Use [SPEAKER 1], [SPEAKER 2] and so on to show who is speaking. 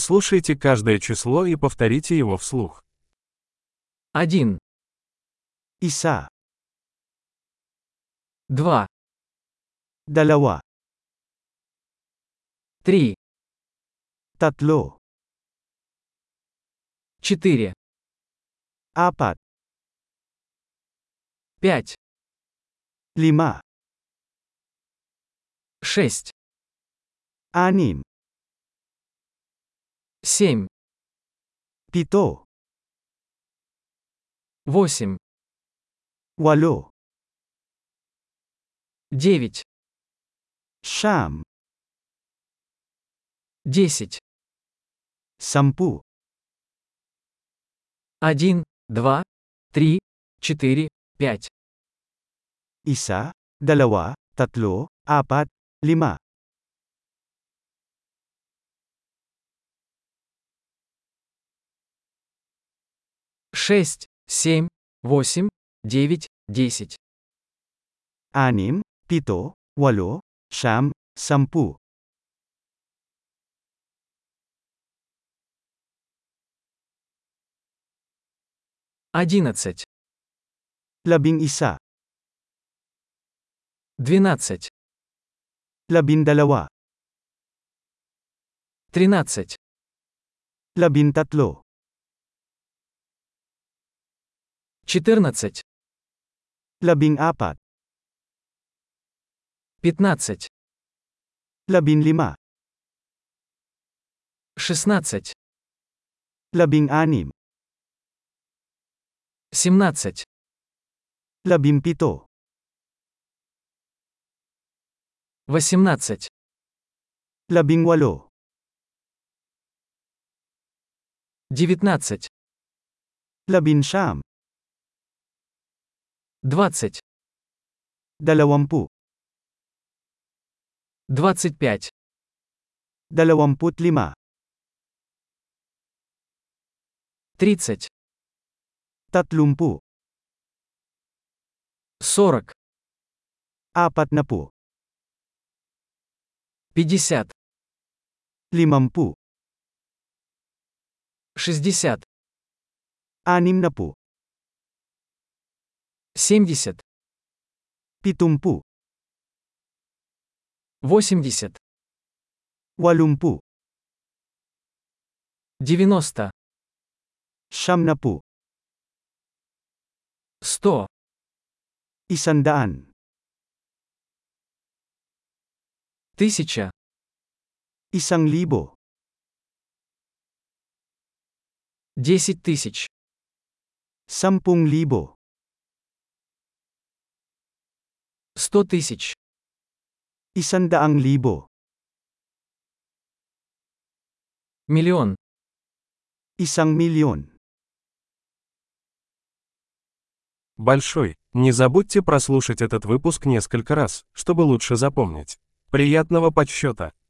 [SPEAKER 1] Прослушайте каждое число и повторите его вслух.
[SPEAKER 2] Один,
[SPEAKER 3] Isa,
[SPEAKER 2] два,
[SPEAKER 3] dalawa,
[SPEAKER 2] три,
[SPEAKER 3] tatlo,
[SPEAKER 2] четыре,
[SPEAKER 3] apat,
[SPEAKER 2] пять,
[SPEAKER 3] lima,
[SPEAKER 2] шесть,
[SPEAKER 3] anim,
[SPEAKER 2] семь,
[SPEAKER 3] pito,
[SPEAKER 2] восемь,
[SPEAKER 3] walo,
[SPEAKER 2] девять,
[SPEAKER 3] siyam,
[SPEAKER 2] десять,
[SPEAKER 3] sampu,
[SPEAKER 2] один, два, три, четыре, пять,
[SPEAKER 3] isa, dalawa, tatlo, apat, lima,
[SPEAKER 2] шесть, семь, восемь, девять, десять,
[SPEAKER 3] anim, pito, walo, siyam, sampu,
[SPEAKER 2] одиннадцать,
[SPEAKER 3] labing isa,
[SPEAKER 2] двенадцать,
[SPEAKER 3] labindalawa,
[SPEAKER 2] тринадцать,
[SPEAKER 3] labintatlo,
[SPEAKER 2] четырнадцать,
[SPEAKER 3] labing apat,
[SPEAKER 2] пятнадцать,
[SPEAKER 3] labinlima,
[SPEAKER 2] шестнадцать,
[SPEAKER 3] labing anim,
[SPEAKER 2] семнадцать,
[SPEAKER 3] labimpito,
[SPEAKER 2] восемнадцать,
[SPEAKER 3] labing walo,
[SPEAKER 2] девятнадцать,
[SPEAKER 3] labinsyam,
[SPEAKER 2] двадцать,
[SPEAKER 3] dalawampu,
[SPEAKER 2] двадцать пять,
[SPEAKER 3] dalawamput lima,
[SPEAKER 2] тридцать,
[SPEAKER 3] tatlumpu,
[SPEAKER 2] сорок,
[SPEAKER 3] apat na po,
[SPEAKER 2] пятьдесят,
[SPEAKER 3] limampu,
[SPEAKER 2] шестьдесят,
[SPEAKER 3] anim na po,
[SPEAKER 2] семьдесят,
[SPEAKER 3] pitumpu,
[SPEAKER 2] восемьдесят,
[SPEAKER 3] walumpu,
[SPEAKER 2] девяносто,
[SPEAKER 3] siyam na po,
[SPEAKER 2] сто,
[SPEAKER 3] isandaan,
[SPEAKER 2] тысяча,
[SPEAKER 3] isang libo,
[SPEAKER 2] десять тысяч,
[SPEAKER 3] sampung libo,
[SPEAKER 2] сто тысяч,
[SPEAKER 3] isandaang libo,
[SPEAKER 2] миллион,
[SPEAKER 3] isang milyon.
[SPEAKER 1] Большой. Не забудьте прослушать этот выпуск несколько раз, чтобы лучше запомнить. Приятного подсчета!